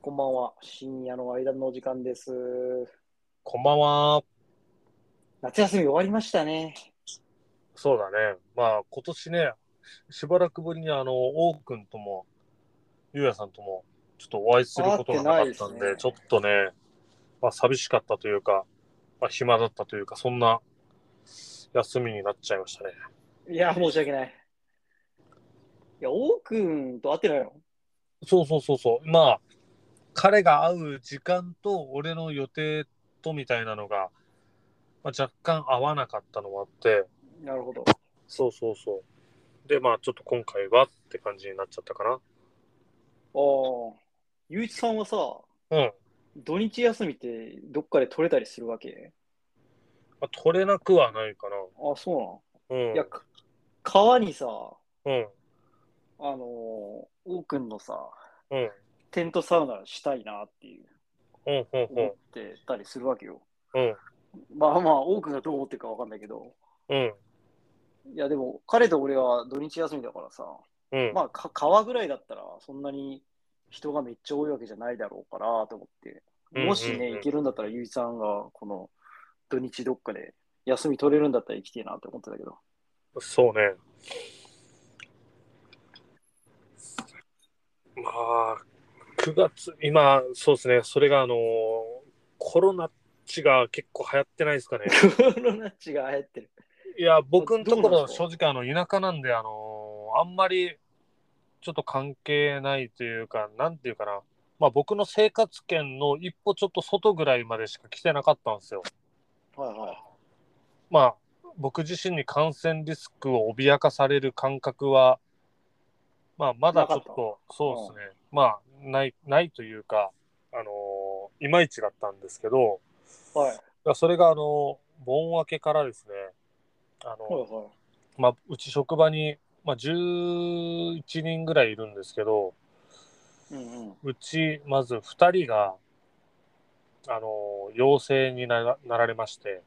こんばんは。深夜の間のお時間です。こんばんは。夏休み終わりましたね。そうだね。まあ、今年ね、しばらくぶりに、あの、王くんとも、ゆうやさんとも、ちょっとお会いすることがなかったん会ってないでで、すねちょっとね、まあ、寂しかったというか、まあ、暇だったというか、そんな休みになっちゃいましたね。いや、申し訳ない。いや、王くんと会ってないのそうそうそうそう。まあ、彼が会う時間と、俺の予定とみたいなのが、まあ、若干合わなかったのもあって、なるほど。そうそうそう。で、まあ、ちょっと今回はって感じになっちゃったかな。ああ。ゆういちさんはさ、うん。土日休みってどっかで取れたりするわけまあ、取れなくはないかああ、そな。うん。うなん。いや、か川にさ、あうん。のー、王くんのさ、うん。テントサウナしたいなっていう、うん。うん。思ってたりするわけよ。うん。まあまあ、王くんがどう思ってるかわかんないけど。うん。いや、でも、彼と俺は土日休みだからさ、うん。まあ、か川ぐらいだったら、そんなに人がめっちゃ多いわけじゃないだろうからと思って、もしうんうんね、うん行けるんだったら、ゆいさんがこの土日どっかで休み取れるんだったら行きてえなって思ってたけ ど、そうね。まあ、9月、今、そうですね。それが、あのーコロナっちが結構流行ってないで すかね。コロナっちが流行ってる。いや、僕のとこどうなんろ、ですか正直、あの、田舎なんで、あのーあんまり、ちょっと関係ないというか、なんていうかな。まあ、僕の生活圏の一歩ちょっと外ぐらいまでしか来てなかったんですよ。はいはい。まあ、僕自身に感染リスクを脅かされる感覚は、まあ、まだちょっなかと、そうですね、まあ、ない、ないというか、あのーいまいちだったんですけど、はいはいいやそれが、あのー盆明けからですね、あのはまあ、うち職場に、まあ、11人ぐらいいるんですけど、い。うんうん。うち、まず2人が、あのー陽性にならなられまして、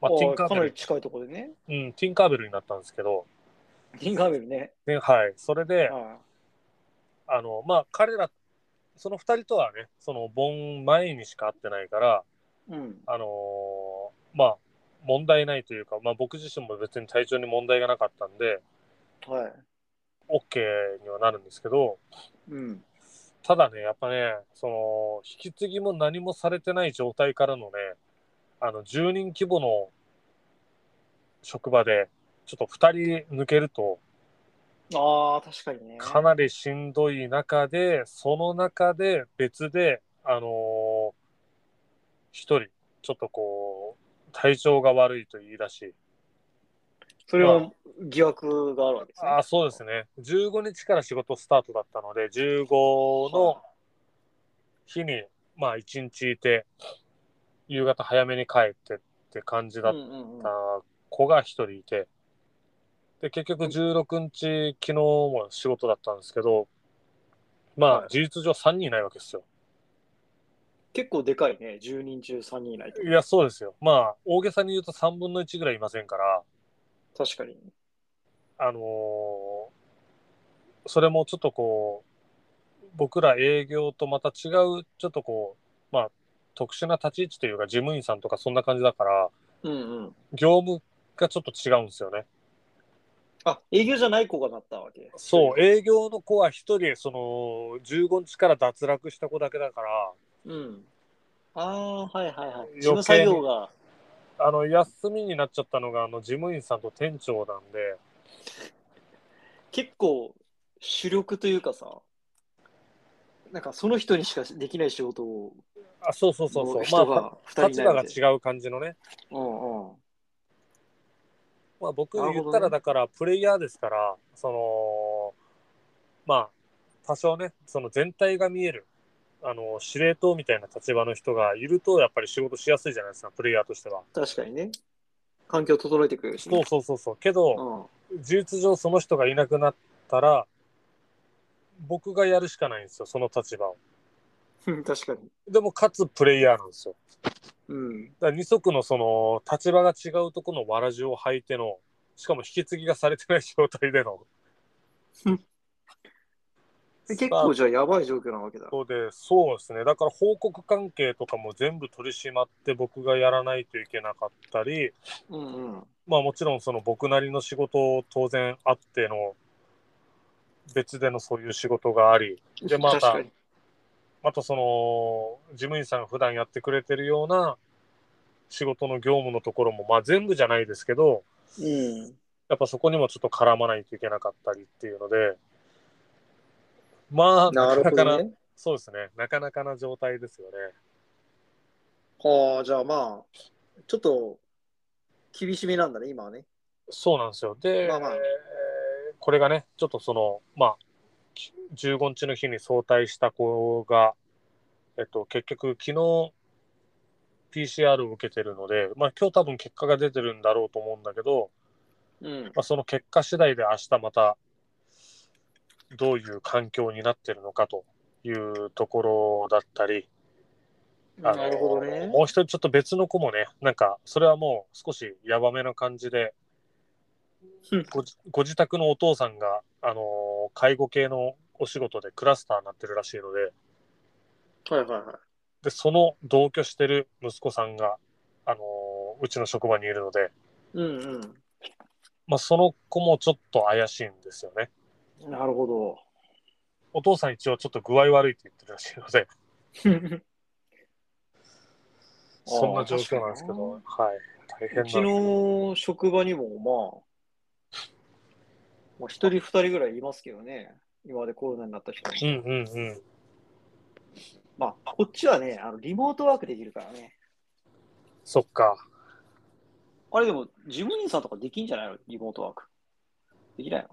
まあ、ティンカあーかなベルり、近いところでね。うん、ティンカーベルになったんですけど、ティンカーベルね。ね、はい。それで、はあの、まあ、彼ら、その二人とはね、その、盆前にしか会ってないから、い。うん。あのーまあ、問題ないというか、まあ、僕自身も別に体調に問題がなかったんで、はい。 OK にはなるんですけど、うん。ただね、やっぱね、その、引き継ぎも何もされてない状態からのね、あの、10人規模の職場で、ちょっと2人抜けると、ああ、確かにね。かなりしんどい中で、その中で別で、あのー一人、ちょっとこう、体調が悪いと言い出し、それは疑惑があるわけですね。ああ、そうですね。15日から仕事スタートだったので、15の日に、まあ一日いて、夕方早めに帰ってって感じだっうんうんうんた子が一人いて、で、結局16日、昨日も仕事だったんですけど、まはあい事実上3人いないわけですよ。結構でかいね。10人中3人いないといや、そうですよ。まあ、大げさに言うと3分の1ぐらいいませんから、確かに。あのーそれもちょっとこう、僕ら営業とまた違う、ちょっとこう、まあ、特殊な立ち位置というか、事務員さんとかそんな感じだから、うんうん。業務がちょっと違うんですよね。あ、営業じゃない子がなったわけ。そう、営業の子は一人、その、15日から脱落した子だけだから、うん。ああ、はいはいはい。余計に事務作業が。あの、休みになっちゃったのが、あの、事務員さんと店長なんで、結構主力というかさ、なんかその人にしかできない仕事を、あ、そうそうそうそう、人まがあ、 2人立いな場いがわけ違う感じのね。うんうん。まあ、僕なるほどね言ったらだからプレイヤーですから、そのまあ多少ねその全体が見えるあの司令塔みたいな立場の人がいるとやっぱり仕事しやすいじゃないですかプレイヤーとしては。確かにね。環境を整えてくれるし、そうね。そうそうそうけどそ事実上その人がいなくなったら僕がやるしかないんですよその立場を。うん。 確かに。でもかつプレイヤーなんですよ。うん。だから二足のその立場が違うとこのわらじを履いてのしかも引き継ぎがされてない状態でので 結構じゃあやばい状況なわけだ。そうで、そうですね。だから報告関係とかも全部取り締まって僕がやらないといけなかったり、うんうん。まあもちろんその僕なりの仕事を当然あっての、別でのそういう仕事があり、でまた確かに。あとその、事務員さんが普段やってくれてるような仕事の業務のところも、まあ全部じゃないですけど、うん。やっぱそこにもちょっと絡まないといけなかったりっていうので、まあ、なるほどかな、ね。そうですね、なかなかな状態ですよね。はあ、じゃあまあ、ちょっと厳しめなんだね、今はね。そうなんですよ。で、まあまあえーこれがね、ちょっとその、まあ、き15日の日に早退した子が、えっと、結局、昨日 PCR を受けてるので、まあ、今日多分結果が出てるんだろうと思うんだけど、うん。まあ、その結果次第で明日また、どういう環境になってるのかというところだったり、あのなるほどね。もう一人ちょっと別の子もね、なんか、それはもう少しやばめな感じでうん、ごじご自宅のお父さんが、あのー介護系のお仕事でクラスターになってるらしいので、はいはいはい。で、その同居してる息子さんが、あのーうちの職場にいるので、うんうまあ、その子もちょっと怪しいんですよね。ん。なるほど。お父さん一応ちょっと具合悪いって言ってるらしいので、 そんな状況なんですけど、はうい。大変うちな。の職場にも、まあ、まあ、一人二人ぐらいいますけどね。今までコロナになった 人。うんうんうん。まあ、こっちはね、あのリモートワークできるからね。そっか。あれでも、事務員さんとかできんじゃないのリモートワーク。できないの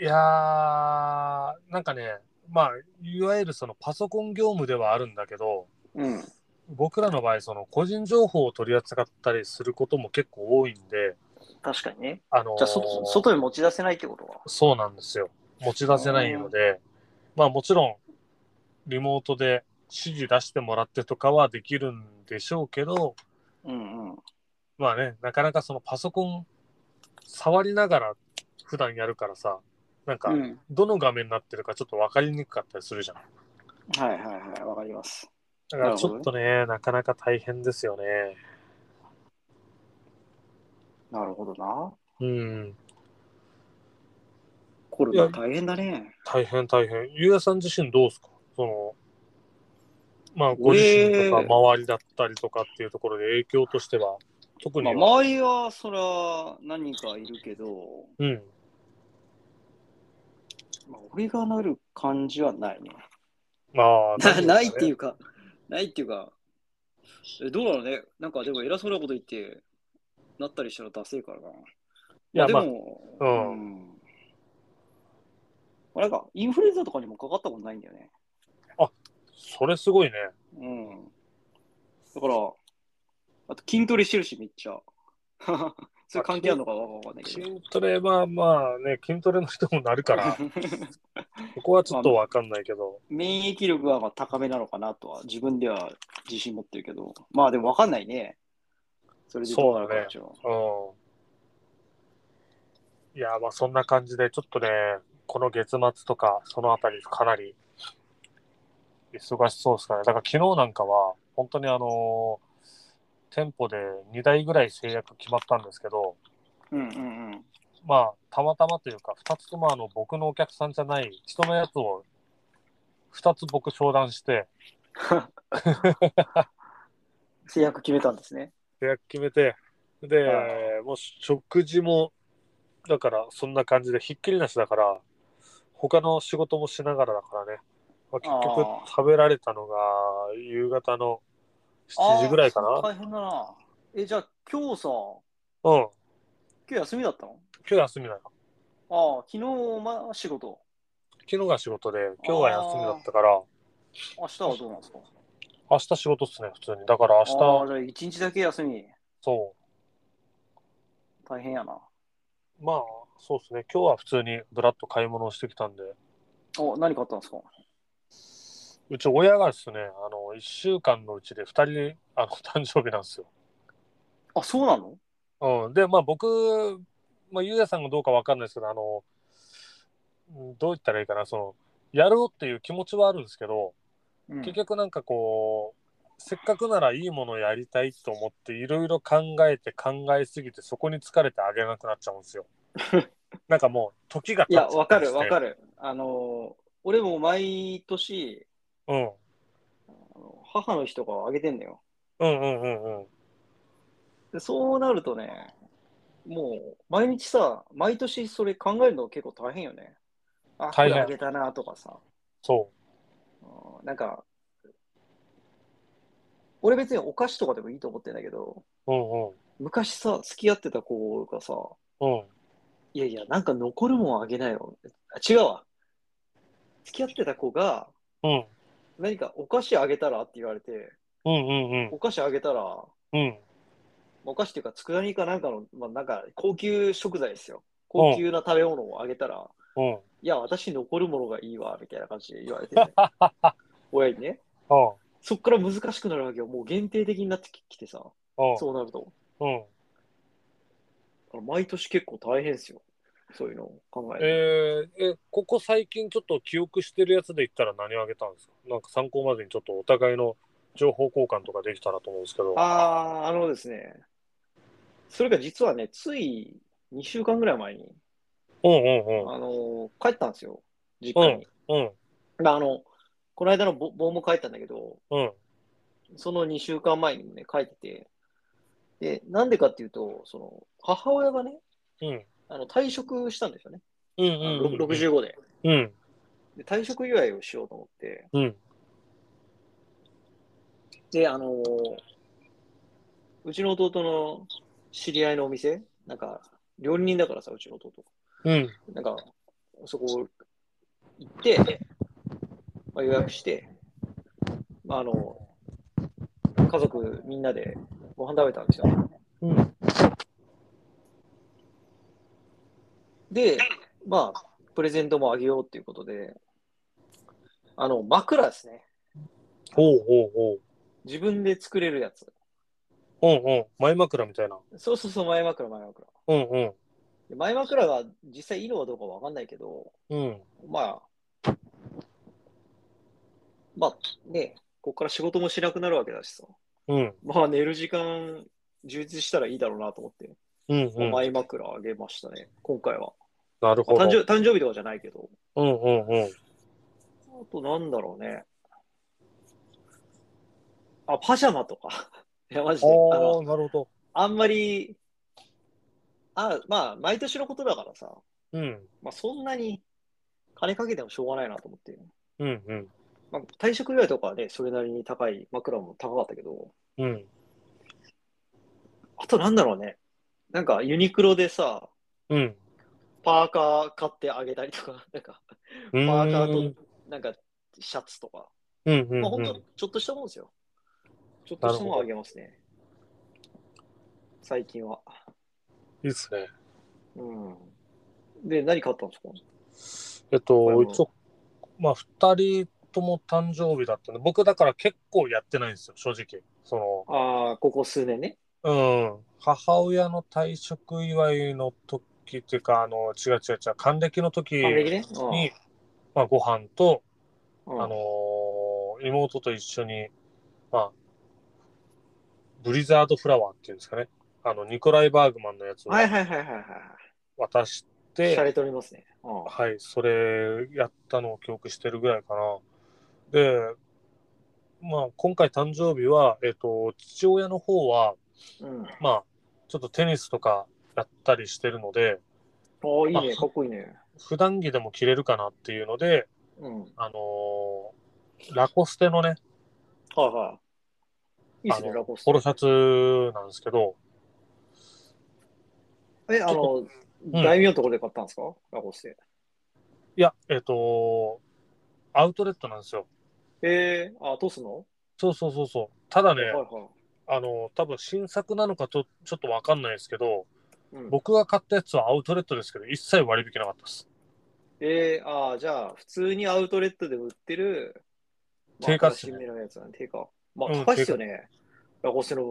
いやー、なんかね、まあ、いわゆるそのパソコン業務ではあるんだけど、うん。僕らの場合、その個人情報を取り扱ったりすることも結構多いんで、確かにね。あのーじゃあ、外外に持ち出せないってことは。そうなんですよ。持ち出せないので、まあもちろん、リモートで指示出してもらってとかはできるんでしょうけど、うんうん。まあね、なかなかそのパソコン触りながら普段やるからさ、なんかうん、どの画面になってるかちょっと分かりにくかったりするじゃん。はいはいはい、わかります。だからなるちほょどっねとね、なかなか大変ですよね。なるほどな。うん。コロナ大変だね。大変大変。ゆうやさん自身どうですかその、まあ、ご自身俺とか周りだったりとかっていうところで影響としては、特にまは、あ、周りはそら何人かいるけど、うん。まあ、俺がなる感じはないね。まあ、。な ないっていううか、ないっていうか、えどうなのね、なんかでも偉そうなこと言って、なったりしたらダセえからな。いいや、でまあ、も、うんんあれか、インフルエンザとかにもかかったことないんだよね。それすごいね。うん。だから、あと筋トレしてるし、めっちゃ。 それ関係あるのかわかんないけど。筋トレは、まあね、筋トレの人もな るから、そこはちょっとわかんないけど、免疫力はまあ高めなのかなとは自分では自信持ってるけど、まあでも分かんないね。それでどうなるかはちょっとうん。いや、まあ、そんな感じで、ちょっとね、この月末とか、そのあたり、かなり忙しそうですからね。だから、昨日なんかは、本当にあのー店舗で2台ぐらい制約決まったんですけど、うんうんうん。まあ、たまたまというか、2つともあの僕のお客さんじゃない人のやつを、2つ僕商談して、制約決めたんですね。予約決めて、で、はもう食事も、だからそんな感じで、ひっきりなしだから、他の仕事もしながらだからね、まあ、結局あー食べられたのが夕方の7時ぐらいかあーな。大変だな。え、じゃあ今日さ、今うん、今日休みだったの日休みだよ。ああ、昨日、まあ、仕事。昨日が仕事で、今日は休みだったから、明日はどうなんですか明日仕事っすね、普通に。だから明ああ、日、じゃあ一日だけ休み。そ大変やな。う、まあ、そうですね、今日は普通にぶらっと買い物をしてきたんで、お、何買ったんですかうち親がですね、あの、1週間のうちで2人、あの、 誕生日なんですよ。あ、そうなのうん、で、まあ僕、まあ、ゆうやさんがどうかわかんないですけど、あの、うんどう言ったらいいかな、その、やろうっていう気持ちはあるんですけど、うん結局なんかこう、せっかくならいいものをやりたいと思って、いろいろ考えて考えすぎて、そこに疲れてあげなくなっちゃうんですよ。なんかもう、時がい経っちゃや、ったりして。わかるわかる。る。あのー、俺も毎年、うん。あの母の日とかをあげてんだよ。うんうんうんうん。でそうなるとね、もう毎日さ、毎年それ考えるの結構大変よね。あ、こ大変れあげたなとかさ。そうんなんか、俺別にお菓子とかでもいいと思ってんだけど、う。うんうん。昔さ、付き合ってた子がさ、うん。いやいや、なんか残るもんあげなよ。あ違うわ。付き合ってた子が、うん。何かお菓子あげたらって言われて、うんうんうん。お菓子あげたら、まあうん。お菓子っていうか、佃煮かなんかの、まあ、なんか高級食材ですよ。高級な食べ物をあげたら、うん。うん。いや、私残るものがいいわ、みたいな感じで言われて、 親にね。そっから難しくなるわけよ。もう限定的になってききてさ、うん。そうなると。うん。だから毎年結構大変ですよ。そういうのを考える。えーえ、ここ最近ちょっと記憶してるやつで言ったら何あげたんですかなんか参考までにちょっとお互いの情報交換とかできたらと思うんですけど。あー、あのですね。それが実はね、つい2週間ぐらい前に、うんうんうん。あのー帰ったんですよ。実家に。うんまあ、あの、この間のぼ盆も帰ったんだけど、うんその2週間前にもね、帰ってて、で、なんでかっていうと、その、母親がね、うん。あの退職したんですよね。うんあうんのうん。 65でうんで。退職祝いをしようと思って、うんで、あのーうちの弟の知り合いのお店、なんか、料理人だからさ、うちの弟。うんなんか、そこ行って、まあ、予約して、まあ、あの、家族みんなでご飯食べたんですよ。うんで、まあ、プレゼントもあげようっていうことで、あの、枕ですね。ほうほうほう。自分で作れるやつ。うんうん。前枕みたいな。そうそうそう、前枕、前枕。うんうん。で前枕が実際いいのかどうかわかんないけど、うんまあ、まあね、ここから仕事もしなくなるわけだしさ。うんまあ寝る時間充実したらいいだろうなと思って、うんまあうん。前枕あげましたね、今回は。なるまほあ誕生ど。誕生日とかじゃないけど。うんうんうん。あとなんだろうね。あ、パジャマとか。 いや、マジで。ああのあ、なるほど。あんまり、あまあ、毎年のことだからさ、うんまあそんなに金かけてもしょうがないなと思って。うんうんまあ、退職祝いとかはね、それなりに高い枕も高かったけど、うんあとなんだろうね。なんかユニクロでさ、うん。パーカー買ってあげたりとか、 なんか、うパんーカーと、なんか、シャツとか。うんうんまあ、ほうんんと、ちょっとしたもんですよ。ちょっとしたもんあげますね。最近は。いいっすね。うん。で、何買ったんですかえこれっと、も一応、まあ、2人とも誕生日だったんで、僕だから結構やってないんですよ、正直。そああ、ここ数年ね。の、うん、母親の退職祝いの時っていうか、あの、違う違う違う、還暦の時還暦ね。に、まあ、ご飯と、うん。うんあのー妹と一緒に、まあ、ブリザードフラワーっていうんですかね、あの、ニコライ・バーグマンのやつをはいはいはいはいはい。渡しで、て、洒落ておりますね。うん。はい、それやったのを記憶してるぐらいかな。で、まあ、今回誕生日は、えっ、と、父親の方は、うん、まあ、ちょっとテニスとかやったりしてるので、おーいいね、あかっこいいね。普段着でも着れるかなっていうので、うん。はいあのーラコステのね、はい。いいですあね、のラコステポロ。シャツなんですけど、え、あの、大名のところで買ったんですかラコステ。いや、えっ、とアウトレットなんですよ。えー、あ、通すのそうそうそうそう。ただね、はいはい。あのー多分新作なのかとちょっとわかんないですけど、うん、僕が買ったやつはアウトレットですけど、一切割引なかったです。えー、ああ、じゃあ、普通にアウトレットで売ってる、まあ定価っす新ねめのやつなんで定価。まうあ、ん高いっすよね。ラコステの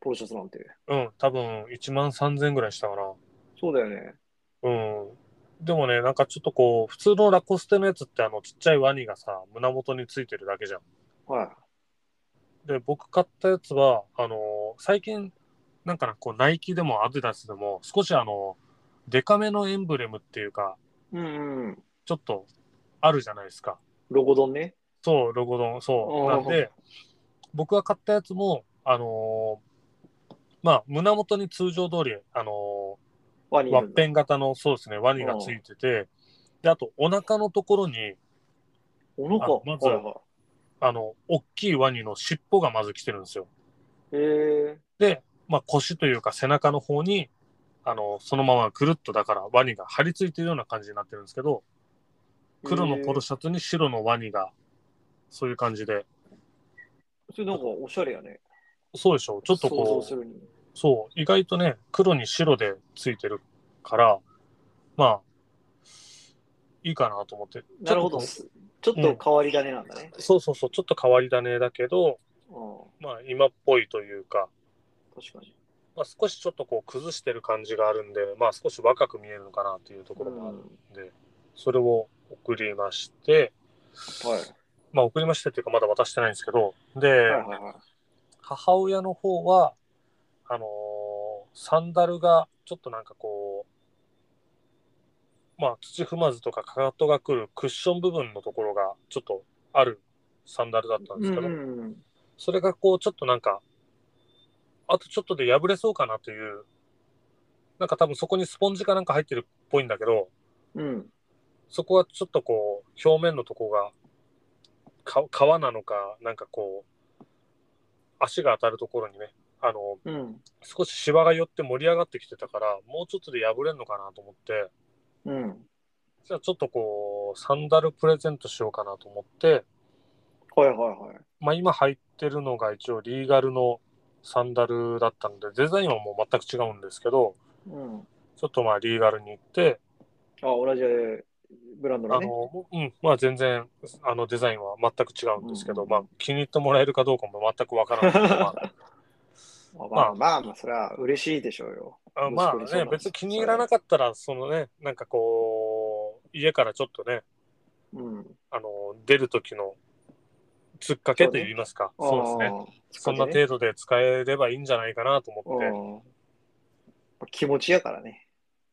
ポロシャツなんて。うん、多分1万3000円ぐらいしたかな。そうだよね。うん。でもね、なんかちょっとこう、普通のラコステのやつって、あの、ちっちゃいワニがさ、胸元についてるだけじゃん。はい。で、僕買ったやつは、あのー最近、なんかな、こう、ナイキでもアディダスでも、少しあの、デカめのエンブレムっていうか、うんうん。ちょっと、あるじゃないですか。ロゴ丼ね。そう、ロゴドン、そう。あなーんで、僕が買ったやつも、あのーまあ、胸元に通常通り、あのワニーいるワんだッペン型の、そうですね、ワニがついてて、で、あと、お腹のところに、おのかあ。まずはいはあの、大きいワニの尻尾がまず来てるんですよ。い。へえ。で、まあ、腰というか背中の方に、あの、そのままぐるっとだからワニが張り付いてるような感じになってるんですけど、黒のポロシシャツに白のワニが、そういう感じで、ャそれなんかおしゃれやね。そうでしょちょっと想こ像すう、るに。そう、意外とね、黒に白でついてるから、まあ、いいかなと思って。なるほど。ちょっとすちょっと変わり種なんだねこ。うそうそうそう、ちょっと変わり種だけど、うん。まあ、今っぽいというか、確かに。まあ、少しちょっとこう崩してる感じがあるんで、まあ、少し若く見えるのかなというところもあるんで、それを送りまして、はい。まあ、送りましてっていうかまだ渡してないんですけどで、はいはいはい。母親の方はあのーサンダルがちょっとなんかこうまあ土踏まずとかかかとがくるクッション部分のところがちょっとあるサンダルだったんでうすけんど、うんそれがこうちょっとなんかあとちょっとで破れそうかなというなんか多分そこにスポンジかなんか入ってるっぽいんだけどうん。うん。そこはちょっとこう表面のとこがか皮なのかなんかこう足が当たるところにねあのうん。少しシワが寄って盛り上がってきてたからもうちょっとで破れんのかなと思ってうん。じゃあちょっとこうサンダルプレゼントしようかなと思ってはいはいはい。まあ、今入ってるのが一応リーガルのサンダルだったのでデザインはもう全く違うんですけどうん。ちょっとまあリーガルに行って、あ、同じブランドあのね。のうんまあ、全然あのデザインは全く違うんですけど、うんまあ、気に入ってもらえるかどうかも全くわからないけど、 ままあまあまあまあ、それは嬉しいでしょうよ。ああ息まあ子にそうねなんです別に気に入らなかったらそのねなんかこう家からちょっとねうん。あの出る時のつっかけと言いますかそう,、ですねね。そんな程度で使えればいいんじゃないかなと思って。うん気持ちやからね。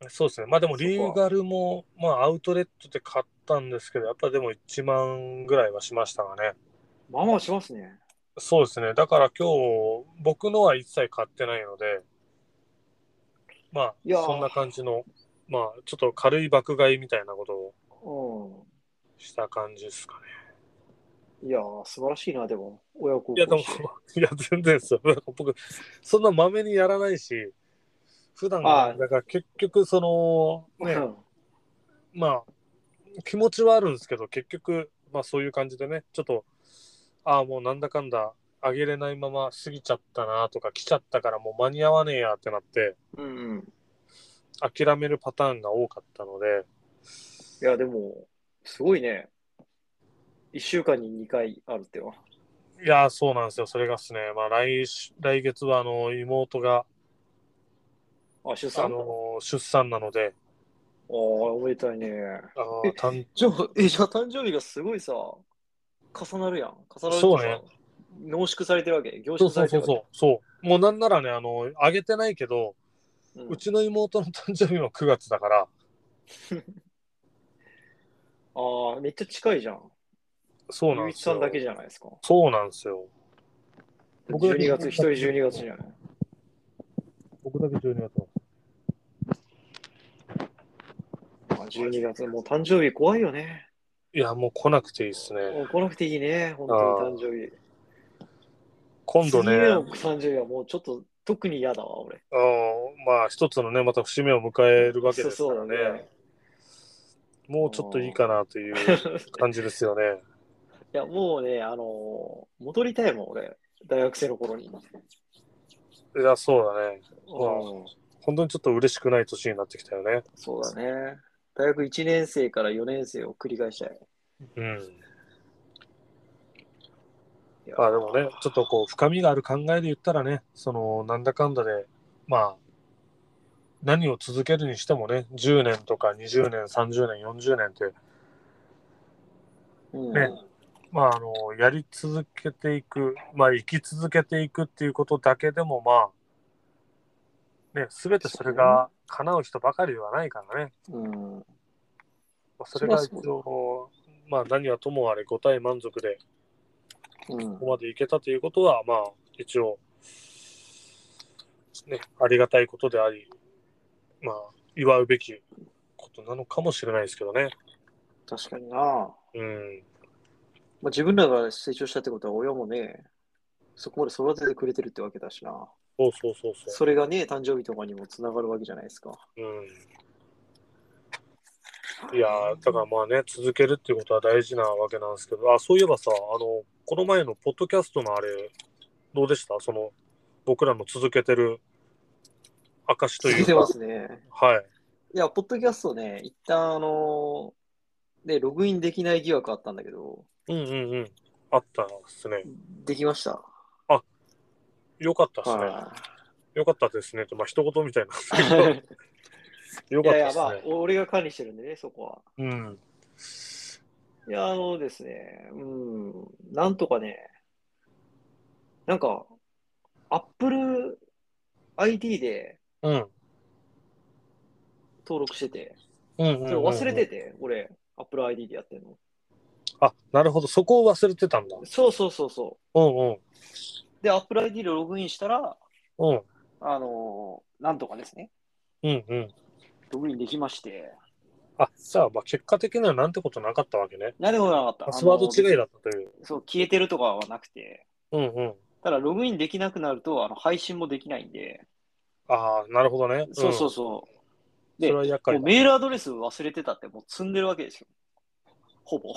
そうですね。まあでもそこはリーガルも、まあアウトレットで買ったんですけど、やっぱでも1万ぐらいはしましたがね。まあまあしますね。そうですね。だから今日、僕のは一切買ってないので、まいやーあそんな感じの、まあちょっと軽い爆買いみたいなことをうした感じですかね。ん。いやー、素晴らしいな、でも。親孝行いやでも して、いや全然ですよ。 なんか僕、そんなまめにやらないし、普段あは、ーだから結局その、ねう、んまあ、気持ちはあるんですけど、結局、まあそういう感じでね、ちょっと、ああ、もうなんだかんだ、上げれないまま過ぎちゃったなとか、来ちゃったからもう間に合わねえやってなって、 うんうん。諦めるパターンが多かったので、いや、でも、すごいね。1週間に2回あるってよ。いやー、そうなんですよ。それがですね、まあ来し、来月は、あの、妹が、あ、出産あの、出産なので、あーおめでたいね。あーたんじゃあ、え、じゃあ誕生日がすごいさ、重なるやん。重なるってそうね濃縮されてるわけ。凝そ縮うさそうれてそうるわけ。そう、そう。もうなんならね、あの、上げてないけど、うんうちの妹の誕生日も9月だから、ああ、めっちゃ近いじゃん。そうなんゆうでいちすさよん。だけじゃないですか。そうなんですよ。僕だけ12月、一人12月じゃない。僕だけ12月あ12月、もう誕生日怖いよね。いや、もう来なくていいですね。もう来なくていいね、本当に誕生日。今度ね、次うんの誕生日はもうちょっと特に嫌だわ、俺。まあ一つのね、また節目を迎えるわけですかそうらそうだねね。もうちょっといいかなという感じですよね。いや、もうね、あのー戻りたいもん、俺。大学生の頃に。うんいや、そうだね。本当にちょっと嬉しくない年になってきたよね。そうだね。大学1年生から4年生を繰り返したい。うん。いやまあでもね、ちょっとこう、深みがある考えで言ったらね、その、なんだかんだで、まあ、何を続けるにしてもね、10年とか20年、30年、40年って、うんねまあ、あの、やり続けていく、まあ、生き続けていくっていうことだけでも、まあ、ね、すべてそれが叶う人ばかりではないからね。うんまあ、それがそ一りゃそうだ応、まあ、何はともあれ、5体満足で、うんここまでいけたということは、まあ、一応、ね、ありがたいことであり、まあ、祝うべきことなのかもしれないですけどね。確かにな、まうん。あ、自分らが成長したってことは親もねそこまで育ててくれてるってわけだしなそうそうそうそそれがね誕生日とかにもつながるわけじゃないですかう。うん。いやー、だからまあね、続けるっていうことは大事なわけなんですけど、あ、そういえばさ、あの、この前のポッドキャストのあれ、どうでしたその、僕らの続けてる証とい続いうてか。ますねはい。いや、ポッドキャストね、一旦、あのーね、ログインできない疑惑あったんだけど、うんうんうん。あったですね。できました。よかったですね。はよかったですねって、まあ、一言みたいなんい。ですけ どよいかやいったでや、すまあね、。俺が管理してるんでね、そこは。うん。いや、あのですね、うん、なんとかね、なんか、Apple ID でうん。登録してて、うんうんそうんれうん忘れてて、俺、Apple ID でやってんの。あ、なるほど。そこを忘れてたんだ。そうそうそうそうんうん。う。で、Apple ID でログインしたら、うん。あのーなんとかですね、うんうん。ログインできまして、あ、さあ、まあ、結果的にはなんてことなかったわけね。何でもなかった。パスワード違いだあったという。のそう、消えてるとかはなくて、うんうん。ただログインできなくなると、あの配信もできないんで、ああ、なるほどね。んそうそうそう。それは厄介もうメールアドレス忘れてたって、もう積んでるわけですよ。ほぼ。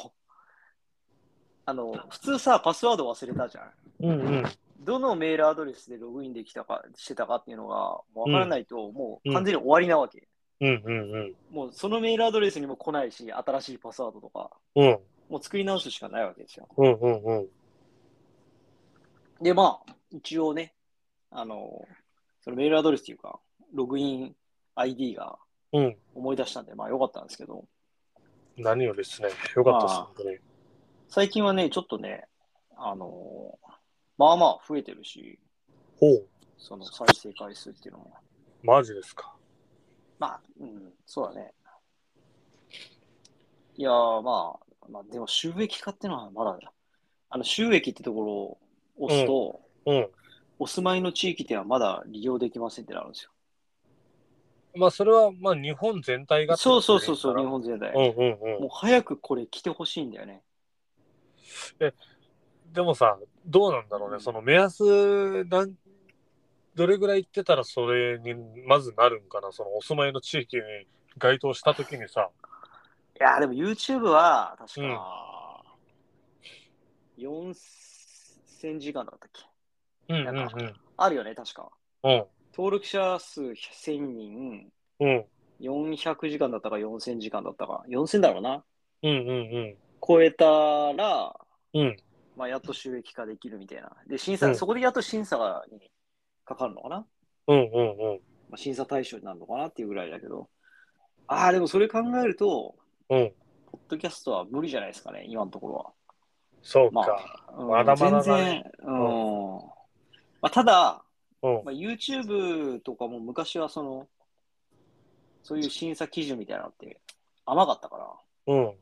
あの、普通さ、パスワード忘れたじゃん。うんうん。どのメールアドレスでログインできたか、してたかっていうのが、もうわからないと、もう完全に終わりなわけ。うんうんもうそのメールアドレスにも来ないし、新しいパスワードとか、うん。うんもう作り直すしかないわけですよ。うんうんうん。で、まあ、一応ね、あの、そのメールアドレスっていうか、ログイン ID がうん。思い出したんで、まあ良かったんですけど、何よりですね。よかったであす、ー本当に。最近はね、ちょっとね、あの、まあまあ増えてるし、ほう。その再生回数っていうのも。マジですか。まあ、うん、そうだね。いやー、まあ、まあ、でも収益化ってのはまだ、あの、収益ってところを押すと、うん。お住まいの地域ではまだ利用できませんってなるんですよ。まあ、それは、まあ、日本全体がってそこうそとうでいいそうそう、か日ら本全体。うんうんうん。もう早くこれ来てほしいんだよね。でもさ、どうなんだろうね、うんその目安なん、どれぐらい行ってたらそれにまずなるんかな、そのお住まいの地域に該当したときにさ、いやー、でも YouTube は確か、4000時間だったっけうんうんうなんかん、あるよね、確か。うん、登録者数1000人、うん、 400時間だったか4000時間だったか、4000だろうな。うん、うん、超えたら、うん、まあ、やっと収益化できるみたいな。で、審査、うんそこでやっと審査がにかかるのかな、うん、うん、うん、まあ、審査対象になるのかなっていうぐらいだけど。ああ、でもそれ考えると、うん、ポッドキャストは無理じゃないですかね、今のところは。そうまか、あ、うんまだまだだ全ね然、うんまあ、ただ、うん、まあ、YouTube とかも昔はその、そういう審査基準みたいなのって甘かったから、うん、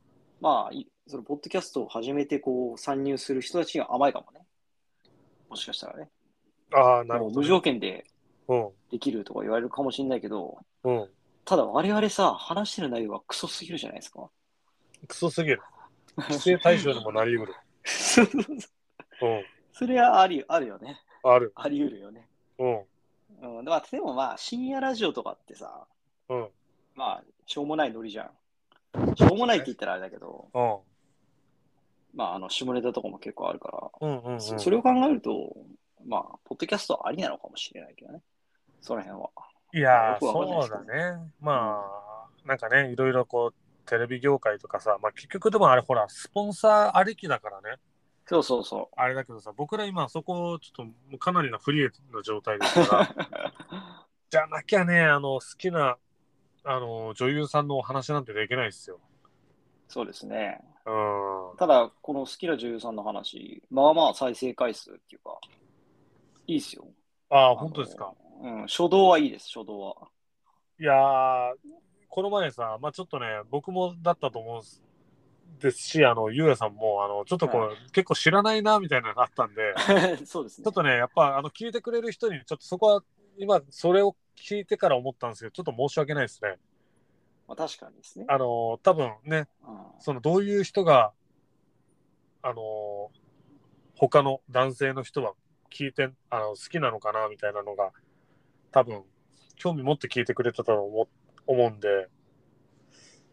まあ、いそのポッドキャストを始めてこう参入する人たちが甘いかもね。もしかしたらね。ああ、なるもうほど無ね、条件でできるとか言われるかもしれないけど、うん、うん、ただ我々さ、話してる内容はクソすぎるじゃないですか。 クソすぎる、規制対象にもなりうる、それはありあるよね。うん、ある、あり得るよね。うん、うん、まあでもまあ、深夜ラジオとかってさ、うん、まあ、しょうもないノリじゃん。しょうもないって言ったらあれだけど、うん、まあ、あの、下ネタとかも結構あるから、うん、うん、うん、そそれを考えると、まあ、ポッドキャストはありなのかもしれないけどね。その辺は。いやーよくわかんないそでうすだけどね。まあ、なんかね、いろいろこう、テレビ業界とかさ、まあ結局でもあれほら、スポンサーありきだからね、そうそうそあれだけどさ、僕ら今そこ、ちょっとかなりなフリーの状態ですから、 う。じゃなきゃね、あの、好きな、あの、女優さんのお話なんてできないですよ。そうですね。うん。ただ、この好きな女優さんの話、まあまあ再生回数っていうか、いいですよ。ああ、あ本当ですか。の。うん、初動はいいです、初動は。 いやー、この前さ、まあちょっとね、僕もだったと思うんですですし、あの、ゆうやさんも、あの、ちょっとこう、は結構知らないな、みたいなのがあったん で、そうですちねょっ。とね、やっぱ、あの、聞いてくれる人に、ちょっとそこは、今、それを聞いてから思ったんですけど、ちょっと申し訳ないですね。まあ、確かにですね。あの、多分ね、うんそのどういう人が、あの、他の男性の人は聞いて、あの、好きなのかなみたいなのが、多分、興味持って聞いてくれてたと思思うんで、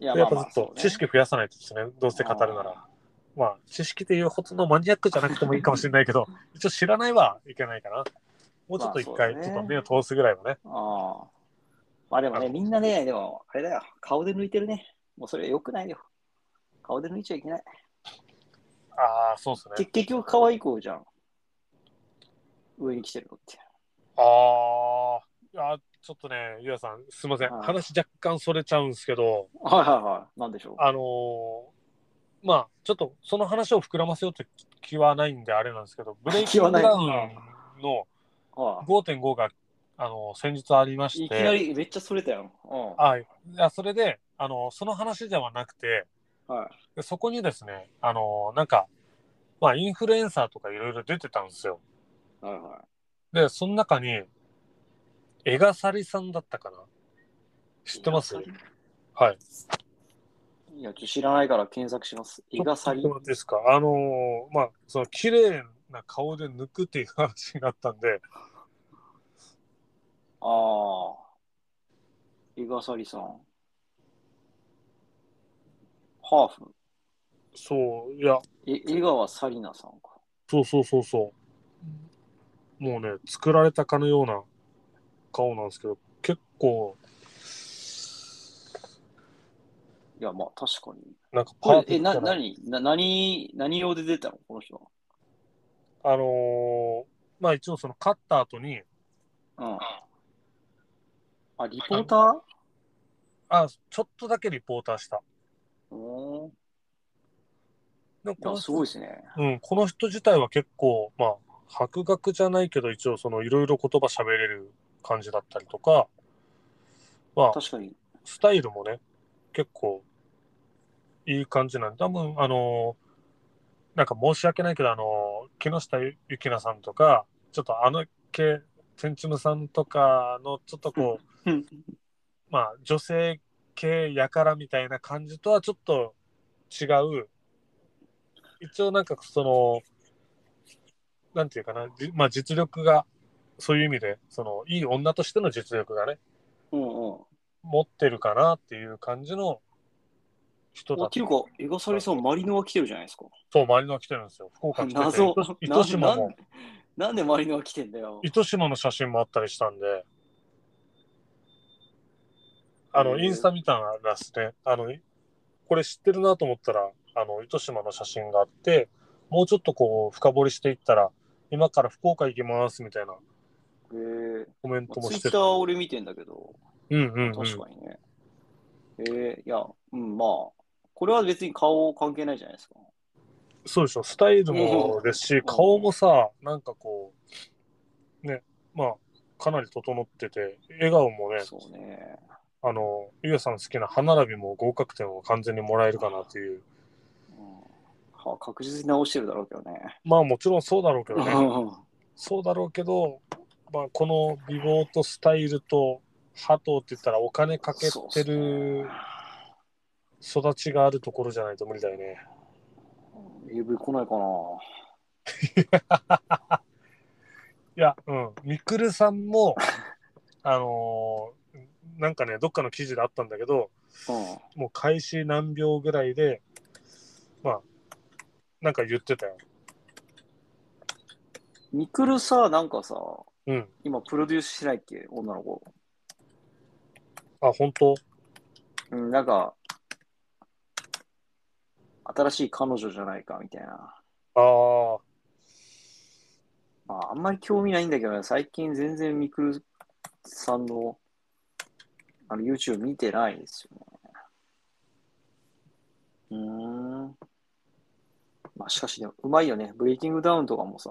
いややっぱちょっと知識増やさないとですね、どうせ語るまあまあそな。うねら。まあ、知識っていうほどのマニアックじゃなくてもいいかもしれないけど、一応知らないはいけないかな。もうちょっと一回、まあちそうょっねと目を通すぐらいはね。あーあー。まあでもね、みんなね、でも、あれだよ、顔で抜いてるね。もうそれ良くないよ。顔で抜いちゃいけない。ああ、そうですね。け結局、可愛い子じゃん。上に来てるのって。ああ、ちょっとね、ゆうやさん、すいません。はい話若干それちゃうんですけど、はいはいはい。なんでしょう。あのーまあ、ちょっとその話を膨らませようと気はないんであれなんですけど、ブレイキングダウンのああ5.5が、あの先日ありまして、いきなりめっちゃそれたよ。うん。はい。いや、それで、あの、その話ではなくて、はい。でそこにですね、あの、なんか、まあ、インフルエンサーとかいろいろ出てたんですよ。はいはで、その中に、エガサリさんだったかな知ってますエガはいサ。ちい。いや、ちょっと知らないから検索します。エょガサリちょっ。と待っていいですか。あのーまあ、その、綺麗な顔で抜くっていう話になったんで、ああ。エガサリさん。ハーフ。そう、いや、え、江川サリナさんか。そうそうそうそう。もうね、作られたかのような顔なんですけど、結構、いや、まあ確かに。なんかパーこフれ、え、ェクトな、ななに、な、何、何用で出たのこの人は。あのーまあ一応その勝った後うに、ん。あ、リポーターあ、ちょっとだけリポーターした。おーでもいこや、のす人ごいですね。うん、この人自体は結構、まあ、博学じゃないけど、一応そのいろいろ言葉喋れる感じだったりとか、まあ、確かに。スタイルもね、結構いい感じなんで、多分、あのーなんか申し訳ないけど、あのー木下ゆきなさんとか、ちょっとあの系、テンチムさんとかの、ちょっとこう、うんまあ、女性系やからみたいな感じとはちょっと違う一応なんかそのなんていうかな、じまあ、実力がそういう意味でそのいい女としての実力がねうんうん。持ってるかなっていう感じの人だあっていうか、エガサリさん、マリノは来てるじゃないですか。と周りのが来てるんですよ福岡来てて謎糸糸島もななんでマリノは来てんだよ。糸島の写真もあったりしたんであのへえインスタ見たらですねあのいこれ知ってるなと思ったらあの糸島の写真があってもうちょっとこう深掘りしていったら今から福岡行きますみたいなへえコメンまトもあツイしッてタたーは俺見てんだけど、うんうん、うん、確かにね。えー、いや、うん、まあ、これは別に顔関係ないじゃないですか。そうでしょスタイルもですし顔もさなんかこうねまあかなり整ってて笑顔もねそうね。あのゆうやさんの好きな歯並びも合格点を完全にもらえるかなっていううんは確実に直してるだろうけどね。まあもちろんそうだろうけどねうそうだろうけど、まあ、この美貌とスタイルとハトって言ったらお金かけそうってすねる育ちがあるところじゃないと無理だよね。ん AV 来ないかな。いや、うん、みくるさん も、あのーなんかね、どっかの記事であったんだけど、うん。もう開始何秒ぐらいで、まあ、なんか言ってたよ。ミクルさ、なんかさ、うん。今プロデュースしないっけ、女の子。あ、本当うん、なんか、新しい彼女じゃないかみたいな。ああ、まあ、あんまり興味ないんだけどね、最近全然ミクルさんのあの YouTube 見てないですよね。うーん。まあしかしね、うまいよね。ブレイキングダウンとかもさ、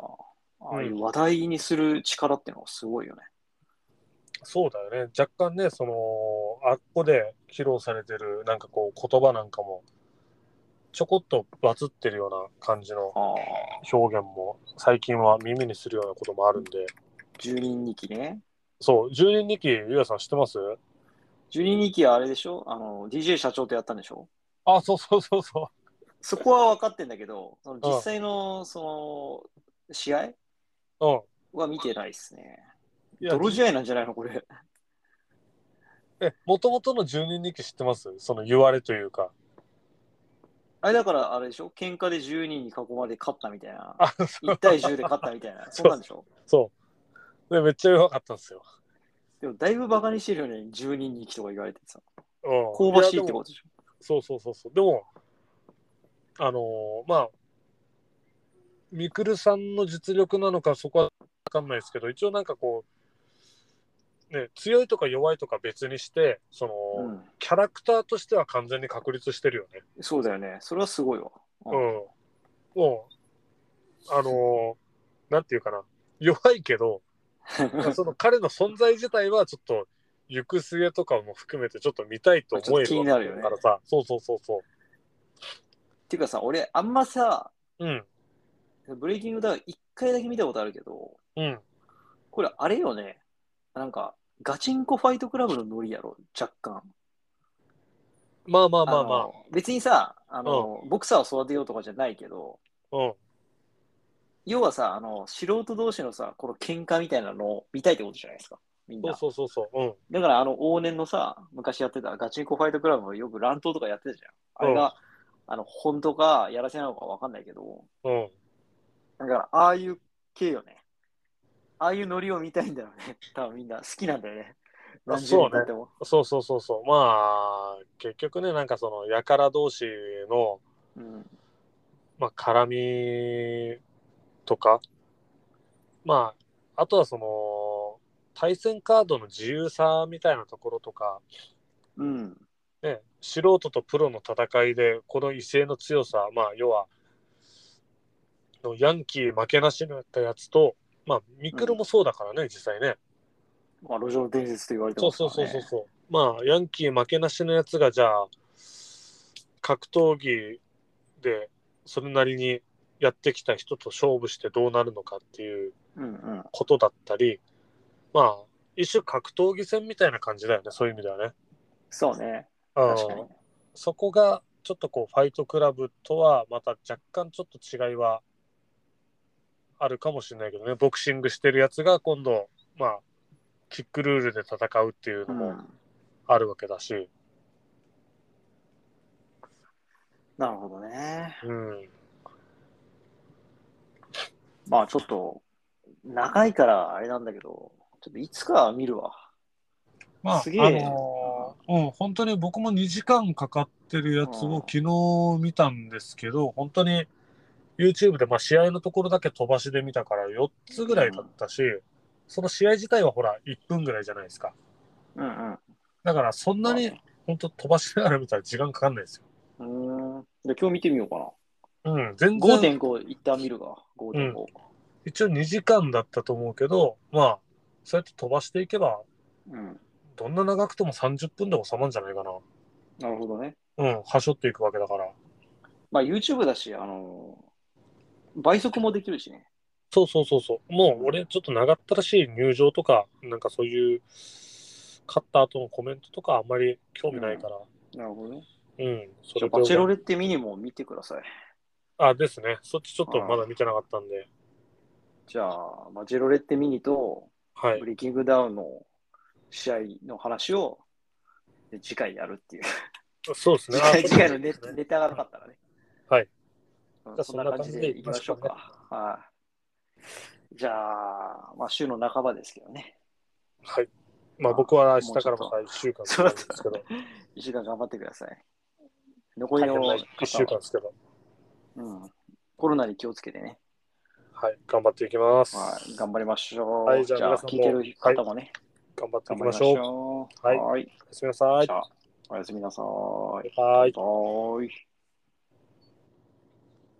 ああいう話題にする力ってのはすごいよね。そうだよね。若干ね、その、あっこで披露されてる、なんかこう、言葉なんかも、ちょこっとバズってるような感じのああ、表現も、最近は耳にするようなこともあるんで、 10人2期ね。そう、10人2期、ゆうやさん知ってます10人2期はあれでしょあの、DJ 社長とやったんでしょあ、そうそうそうそそこは分かってんだけど、その実際の、その、試合う。うん。は見てないですね。いや泥試合なんじゃないのこれ。え、もともとの10人2期知ってますその言われというか。あれだから、あれでしょ喧嘩で10人に囲まれて勝ったみたい な。あ、 1対10で勝ったみたいな。そんなんでしょそう。で、めっちゃ弱かったんですよ。でも、だいぶバカにしてるよね。10人に行きとか言われてさ。うん。香ばしいっやてでもことでしょそうそうそうそう。でも、あのーまあ、みくるさんの実力なのか、そこはわかんないですけど、一応なんかこう、ね、強いとか弱いとか別にして、その、うん。キャラクターとしては完全に確立してるよね。そうだよね。それはすごいわ。ううんん。。もう、あのーなんていうかな、弱い けど、その彼の存在自体はちょっと、行く末とかも含めてちょっと見たいと思えちょっと気にるなるよねからさ、そうそうそうそていうかさ、俺、あんまさ、う。うん、ブレイキングダウン1回だけ見たことあるけど、うん。これ、あれよね。なんか、ガチンコファイトクラブのノリやろ、若干。まあまあまあまあ。の別にさ、あの、ボクサーを育てようとかじゃないけど、うん。要はさ、あの、素人同士のさ、この喧嘩みたいなのを見たいってことじゃないですか。みんそなう。そうそうそう。うん。だから、あの、往年のさ、昔やってたガチンコファイトクラブもよく乱闘とかやってたじゃん。あれが、あの、本当か、やらせなのかわかんないけど、うん。だから、ああいう系よね。ああいうノリを見たいんだろうね。 多分みんな好きなんだよね。何十年経っても。そうそうそうそう。まあ、結局ね、なんかその、やから同士の、うん。まあ、絡みとか、まあ、あとはその、対戦カードの自由さみたいなところとか、うん。ね、素人とプロの戦いで、この威勢の強さ、まあ、要は、のヤンキー負けなしになったやつと、まあ、ミクルもそうだからね、実際ね。まあ、路上の伝説と言われてそまうすそうそうそううそう。まあ、ヤンキー負けなしのやつが、じゃあ、格闘技で、それなりにやってきた人と勝負してどうなるのかっていうそう。うんうん。ことだったり、まあ、一種格闘技戦みたいな感じだよね、そういう意味ではね。そうね。うん確かに。そこが、ちょっとこう、ファイトクラブとは、また若干ちょっと違いはあるかもしれないけどね、ボクシングしてるやつが今度、まあ、キックルールで戦うっていううのもん。あるわけだし、なるほどね。うん、まあちょっと、長いからあれなんだけど、ちょっといつかは見るわ。まあ、すげえあのーうん、本当に僕も2時間かかってるやつうんを昨日見たんですけど、本当に YouTube で、まあ、試合のところだけ飛ばしで見たから4つぐらいだったし、その試合自体はほら1分ぐらいじゃないですか。うんだからそんなに本当飛ばしながら見たら時間かかんないですうよ。ん。うーん。じゃあ今日見てみようかな。うん、全然5.5一旦見るわ。5.5。一応2時間だったと思うけど、まあ、そうやって飛ばしていけば、うん。どんな長くても30分で収まるんじゃないかな。なるほどね。うん、はしょっていくわけだから。まあ YouTube だし、あのー倍速もできるしね。そうそうそうそう。もう俺ちょっと長ったらしい入場とか、なんかそういう、勝った後のコメントとかあんまり興味ないから。なるほどね。うん、じゃそあれバチェロレレッテミニも見てください。あ、ですね。そっちちょっとまだ見てなかったんで。じゃあ、バチェロレッテミニとはいブ。レイキングダウンの試合の話をで次回やるっていう。そうですね。次あ回 次回のそネうですねネタがなかったらね。 はいうん。じゃあそんな感じでいきましょうそんなか。はい。じゃあ、まあ、週の半ばですけどね。はい。まあ僕は明日からまた1週間そうだった ですけど、 1週間頑張ってください。残大り変のな方1週間ですけど、うん。コロナに気をつけてね。はい。頑張っていきます。はい。頑張りましょう。はいじゃあじゃあ、皆さんも聞いてる方もね、頑張って頑張いきりままししょう。ょう。はいはい。おやすみなさいじ。ゃあ、おやすみなさい。はい。はーい。